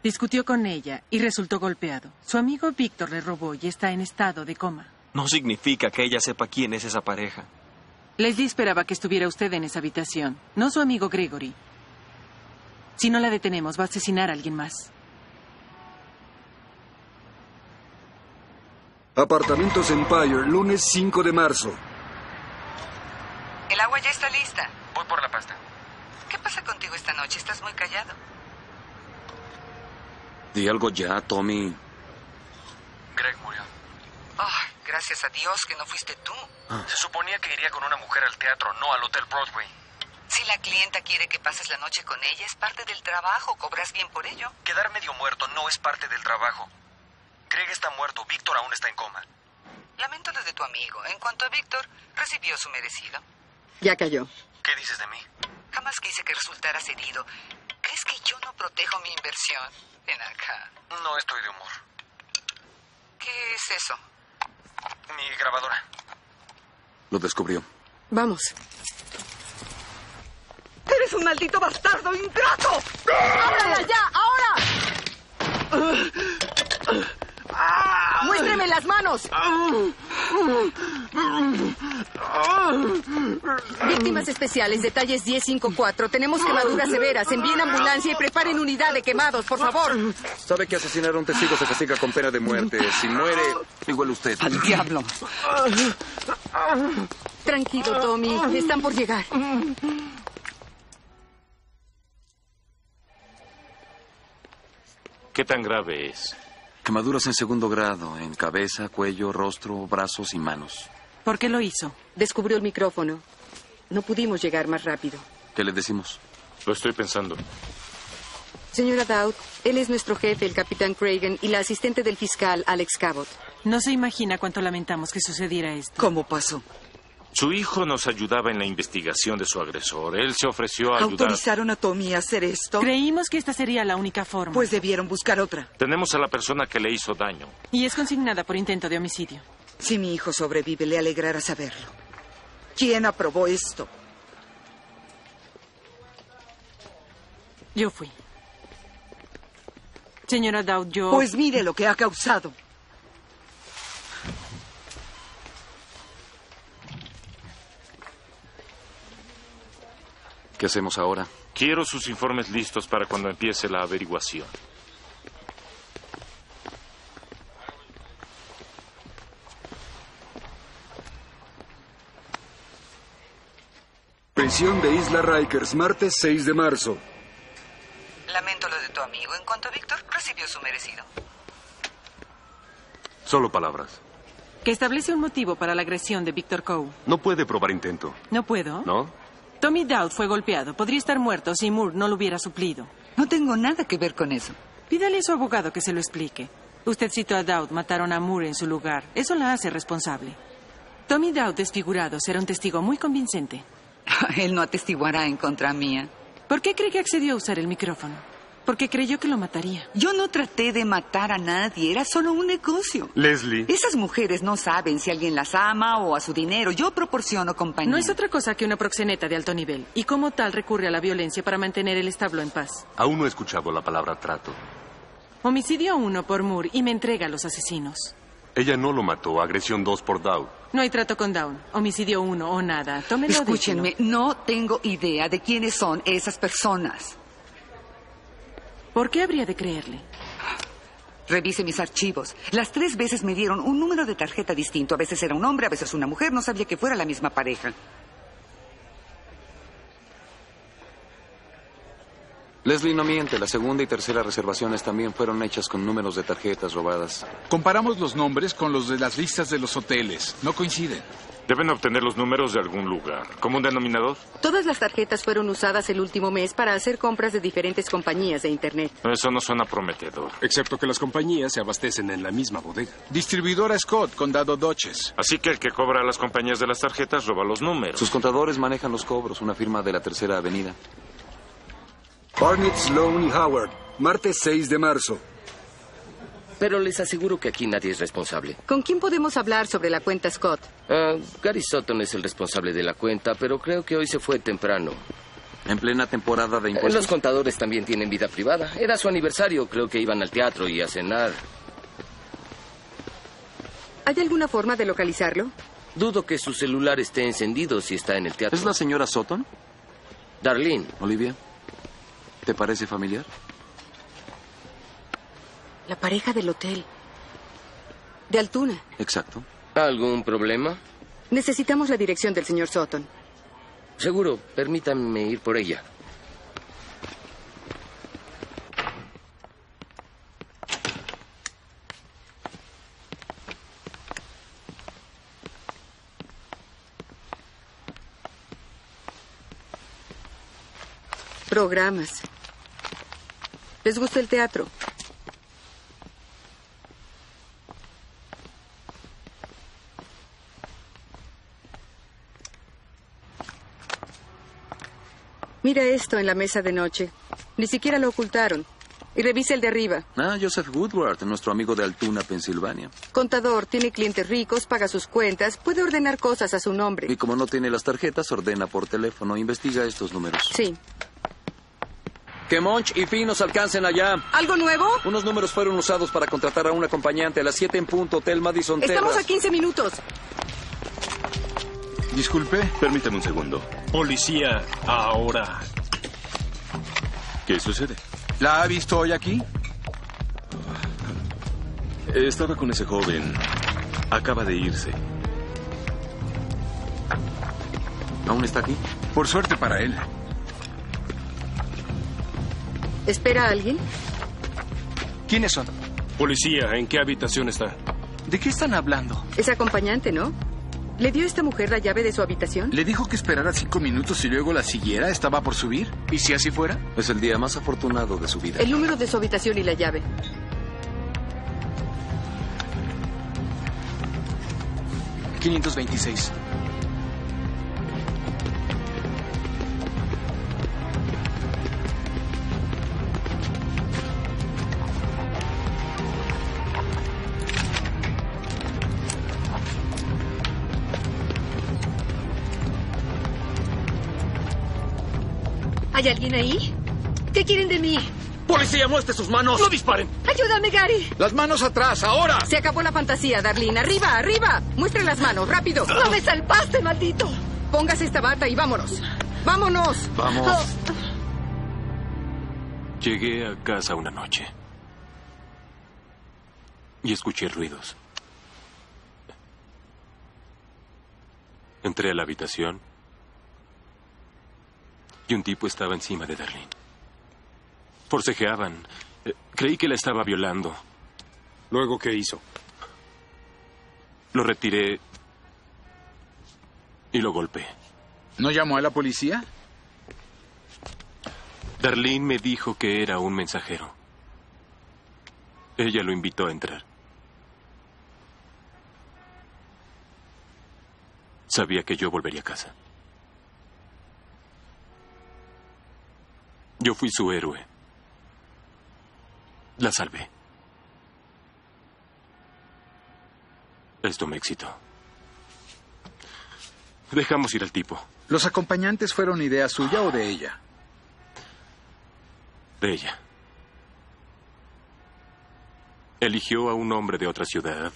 Speaker 27: Discutió con ella y resultó golpeado. Su amigo Víctor le robó y está en estado de coma.
Speaker 17: No significa que ella sepa quién es esa pareja.
Speaker 27: Leslie esperaba que estuviera usted en esa habitación, no su amigo Gregory. Si no la detenemos, va a asesinar a alguien más.
Speaker 9: Apartamentos Empire, lunes 5 de marzo.
Speaker 19: El agua ya está lista.
Speaker 1: Voy por la pasta.
Speaker 19: ¿Qué pasa contigo esta noche? Estás muy callado.
Speaker 6: Di algo ya, Tommy.
Speaker 1: Greg murió.
Speaker 19: Ay, gracias a Dios que no fuiste tú.
Speaker 17: Ah.
Speaker 1: Se suponía que iría con una mujer al teatro, no al Hotel Broadway.
Speaker 19: Si la clienta quiere que pases la noche con ella, es parte del trabajo. Cobras bien por ello.
Speaker 1: Quedar medio muerto no es parte del trabajo. Greg está muerto, Víctor aún está en coma.
Speaker 19: Lamento lo de tu amigo. En cuanto a Víctor, recibió su merecido.
Speaker 5: Ya cayó.
Speaker 1: ¿Qué dices de mí?
Speaker 19: Jamás quise que resultaras herido. ¿Crees que yo no protejo mi inversión? Ven acá.
Speaker 1: No estoy de humor.
Speaker 19: ¿Qué es eso?
Speaker 1: Mi grabadora.
Speaker 6: Lo descubrió.
Speaker 5: Vamos.
Speaker 19: ¡Eres un maldito bastardo ingrato!
Speaker 5: ¡Ábrala ya! ¡Ahora!
Speaker 19: Ah,
Speaker 5: ¡Muéstrame las manos! Víctimas especiales, detalles 1054. Tenemos quemaduras severas. Envíen ambulancia y preparen unidad de quemados, por favor.
Speaker 6: Sabe que asesinar a un testigo se castiga con pena de muerte. Si muere, igual usted.
Speaker 19: ¡Al diablo!
Speaker 5: Tranquilo, Tommy. Están por llegar.
Speaker 20: ¿Qué tan grave es?
Speaker 6: Quemaduras en segundo grado, en cabeza, cuello, rostro, brazos y manos.
Speaker 27: ¿Por qué lo hizo?
Speaker 5: Descubrió el micrófono. No pudimos llegar más rápido.
Speaker 6: ¿Qué le decimos?
Speaker 20: Lo estoy pensando.
Speaker 5: Señora Dowd, él es nuestro jefe, el capitán Cragen, y la asistente del fiscal, Alex Cabot.
Speaker 27: No se imagina cuánto lamentamos que sucediera esto.
Speaker 19: ¿Cómo pasó?
Speaker 20: Su hijo nos ayudaba en la investigación de su agresor. Él se ofreció a ayudar.
Speaker 19: ¿Autorizaron a Tommy a hacer esto?
Speaker 27: Creímos que esta sería la única forma.
Speaker 19: Pues debieron buscar otra.
Speaker 20: Tenemos a la persona que le hizo daño.
Speaker 27: Y es consignada por intento de homicidio.
Speaker 19: Si mi hijo sobrevive, le alegrará saberlo. ¿Quién aprobó esto?
Speaker 27: Yo fui. Señora Dowd, yo...
Speaker 19: Pues mire lo que ha causado.
Speaker 6: ¿Qué hacemos ahora?
Speaker 20: Quiero sus informes listos para cuando empiece la averiguación.
Speaker 9: Prisión de Isla Rikers, martes 6 de marzo.
Speaker 19: Lamento lo de tu amigo. En cuanto a Víctor, recibió su merecido.
Speaker 15: Solo palabras.
Speaker 27: Que establece un motivo para la agresión de Víctor Coe.
Speaker 15: No puede probar intento.
Speaker 27: No puedo.
Speaker 15: ¿No?
Speaker 27: Tommy Dowd fue golpeado. Podría estar muerto si Moore no lo hubiera suplido.
Speaker 19: No tengo nada que ver con eso.
Speaker 27: Pídale a su abogado que se lo explique. Usted citó a Dowd, mataron a Moore en su lugar. Eso la hace responsable. Tommy Dowd desfigurado será un testigo muy convincente.
Speaker 19: Él no atestiguará en contra mía.
Speaker 27: ¿Por qué cree que accedió a usar el micrófono? Porque creyó que lo mataría.
Speaker 19: Yo no traté de matar a nadie, era solo un negocio.
Speaker 15: Leslie.
Speaker 19: Esas mujeres no saben si alguien las ama o a su dinero. Yo proporciono compañía.
Speaker 27: No es otra cosa que una proxeneta de alto nivel y como tal recurre a la violencia para mantener el establo en paz.
Speaker 15: Aún no he escuchado la palabra trato.
Speaker 27: Homicidio 1 por Moore y me entrega a los asesinos.
Speaker 15: Ella no lo mató. Agresión 2 por Dow.
Speaker 27: No hay trato con Down. Homicidio 1 o nada. Tómenlo de
Speaker 19: Escúchenme, no tengo idea de quiénes son esas personas.
Speaker 27: ¿Por qué habría de creerle?
Speaker 19: Revise mis archivos. Las tres veces me dieron un número de tarjeta distinto. A veces era un hombre, a veces una mujer. No sabía que fuera la misma pareja.
Speaker 6: Leslie no miente, la segunda y tercera reservaciones también fueron hechas con números de tarjetas robadas.
Speaker 2: Comparamos los nombres con los de las listas de los hoteles. No coinciden.
Speaker 20: Deben obtener los números de algún lugar. ¿Como un denominador?
Speaker 5: Todas las tarjetas fueron usadas el último mes para hacer compras de diferentes compañías de Internet.
Speaker 20: Eso no suena prometedor.
Speaker 13: Excepto que las compañías se abastecen en la misma bodega.
Speaker 2: Distribuidora Scott, Condado Doches.
Speaker 20: Así que el que cobra a las compañías de las tarjetas roba los números.
Speaker 6: Sus contadores manejan los cobros, una firma de la tercera avenida.
Speaker 9: Barnett, Sloan y Howard, martes 6 de marzo.
Speaker 3: Pero les aseguro que aquí nadie es responsable.
Speaker 5: ¿Con quién podemos hablar sobre la cuenta Scott?
Speaker 3: Ah, Gary Sutton es el responsable de la cuenta, pero creo que hoy se fue temprano.
Speaker 6: En plena temporada de impuestos.
Speaker 3: Los contadores también tienen vida privada. Era su aniversario, creo que iban al teatro y a cenar.
Speaker 5: ¿Hay alguna forma de localizarlo?
Speaker 3: Dudo que su celular esté encendido si está en el teatro.
Speaker 6: ¿Es la señora Sutton?
Speaker 3: Darlene.
Speaker 6: Olivia, ¿te parece familiar?
Speaker 5: La pareja del hotel. De Altuna.
Speaker 6: Exacto.
Speaker 3: ¿Algún problema?
Speaker 5: Necesitamos la dirección del señor Sutton.
Speaker 3: Seguro, permítanme ir por ella.
Speaker 5: Programas. ¿Les gusta el teatro? Mira esto en la mesa de noche. Ni siquiera lo ocultaron. Y revisa el de arriba.
Speaker 6: Ah, Joseph Woodward, nuestro amigo de Altuna, Pensilvania.
Speaker 5: Contador, tiene clientes ricos, paga sus cuentas, puede ordenar cosas a su nombre.
Speaker 6: Y como no tiene las tarjetas, ordena por teléfono. e Investiga estos números.
Speaker 5: Sí.
Speaker 7: Que Monch y Finn nos alcancen allá.
Speaker 5: ¿Algo nuevo?
Speaker 7: Unos números fueron usados para contratar a un acompañante a las 7 en punto, Hotel Madison,
Speaker 5: Estamos
Speaker 7: Terras.
Speaker 5: a 15 minutos.
Speaker 7: Disculpe.
Speaker 28: Permítame un segundo.
Speaker 10: Policía, ahora.
Speaker 28: ¿Qué sucede?
Speaker 7: ¿La ha visto hoy aquí?
Speaker 28: Estaba con ese joven. Acaba de irse.
Speaker 6: ¿Aún está aquí?
Speaker 7: Por suerte para él.
Speaker 5: ¿Espera a alguien?
Speaker 21: ¿Quiénes son?
Speaker 10: Policía, ¿en qué habitación está?
Speaker 21: ¿De qué están hablando?
Speaker 5: Es acompañante, ¿no? ¿Le dio esta mujer la llave de su habitación?
Speaker 7: ¿Le dijo que esperara cinco minutos y luego la siguiera? ¿Estaba por subir? ¿Y si así fuera?
Speaker 6: Es el día más afortunado de su vida.
Speaker 5: El número de su habitación y la llave.
Speaker 21: ¿526?
Speaker 12: ¿Hay alguien ahí? ¿Qué quieren de mí?
Speaker 7: ¡Policía, muestre sus manos! ¡No disparen!
Speaker 12: Ayúdame, Gary.
Speaker 7: ¡Las manos atrás, ahora!
Speaker 5: Se acabó la fantasía, Darlene. ¡Arriba, arriba! Muestre las manos, rápido.
Speaker 12: No me salvaste, maldito.
Speaker 5: Póngase esta bata y vámonos. ¡Vámonos! Oh.
Speaker 6: Vamos.
Speaker 10: Llegué a casa una noche. Y escuché ruidos. Entré a la habitación. Y un tipo estaba encima de Darlene. Forcejeaban. Eh, Creí que la estaba violando.
Speaker 13: ¿Luego qué hizo?
Speaker 10: Lo retiré. Y lo golpeé.
Speaker 7: ¿No llamó a la policía?
Speaker 10: Darlene me dijo que era un mensajero. Ella lo invitó a entrar. Sabía que yo volvería a casa. Yo fui su héroe. La salvé. Esto me excitó. Dejamos ir al tipo,
Speaker 7: ¿Los acompañantes fueron idea suya o de ella?
Speaker 10: de ella. Eligió a un hombre de otra ciudad,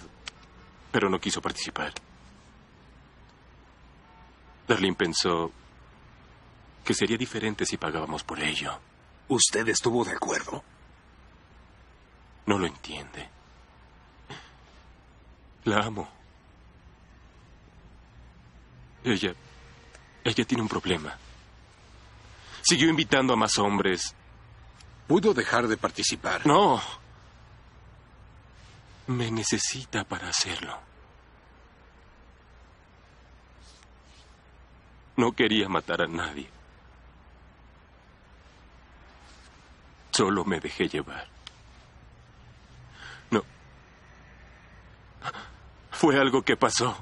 Speaker 10: pero no quiso participar. Darlene pensó que sería diferente si pagábamos por ello.
Speaker 7: ¿Usted estuvo de acuerdo?
Speaker 10: No lo entiende. La amo. Ella. Ella tiene un problema. Siguió invitando a más hombres
Speaker 13: Pudo dejar de participar.
Speaker 17: No. Me necesita para hacerlo. No quería matar a nadie. Solo me dejé llevar. No. Fue algo que pasó.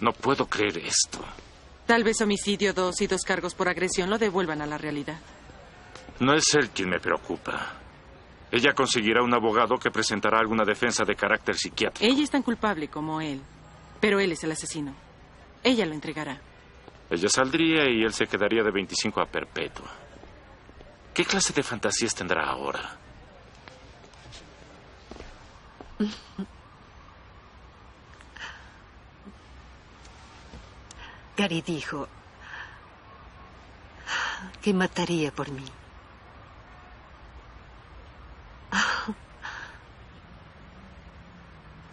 Speaker 20: No puedo creer esto.
Speaker 27: Tal vez homicidio dos y dos cargos por agresión lo devuelvan a la realidad.
Speaker 20: No es él quien me preocupa. Ella conseguirá un abogado que presentará alguna defensa de carácter psiquiátrico.
Speaker 27: Ella es tan culpable como él, pero él es el asesino. Ella lo entregará.
Speaker 20: Ella saldría y él se quedaría de 25 a perpetua. ¿Qué clase de fantasías tendrá ahora?
Speaker 11: Gary dijo que mataría por mí.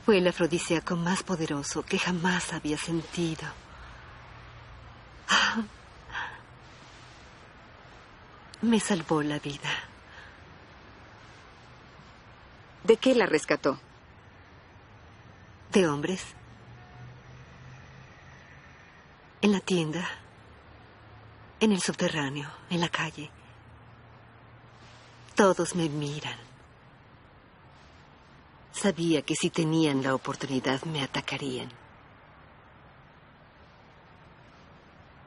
Speaker 11: Fue el afrodisíaco más poderoso que jamás había sentido. Me salvó la vida.
Speaker 5: ¿De qué la rescató?
Speaker 11: de hombres. En la tienda, en el subterráneo, en la calle. Todos me miran. Sabía que si tenían la oportunidad me atacarían.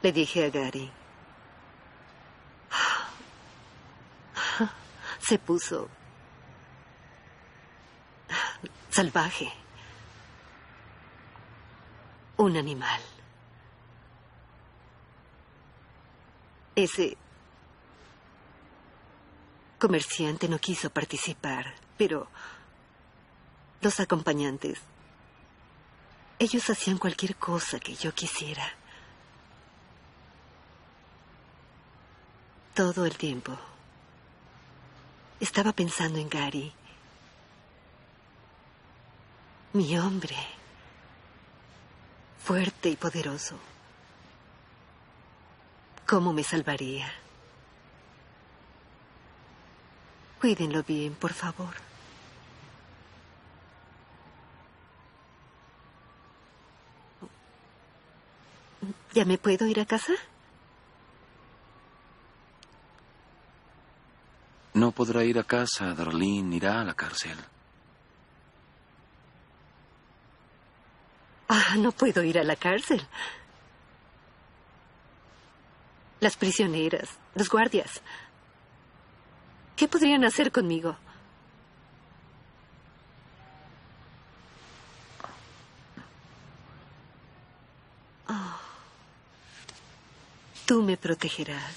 Speaker 11: Le dije a Gary. Se puso salvaje. Un animal. Ese comerciante no quiso participar, pero los acompañantes, ellos hacían cualquier cosa que yo quisiera. Todo el tiempo. Estaba pensando en Gary. Mi hombre fuerte y poderoso. ¿Cómo me salvaría? Cuídenlo bien, por favor. ¿Ya me puedo ir a casa?
Speaker 6: No podrá ir a casa, Darlene irá a la cárcel.
Speaker 11: Ah, no puedo ir a la cárcel. Las prisioneras, los guardias. ¿Qué podrían hacer conmigo? Oh. Tú me protegerás.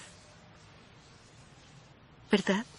Speaker 11: ¿Verdad?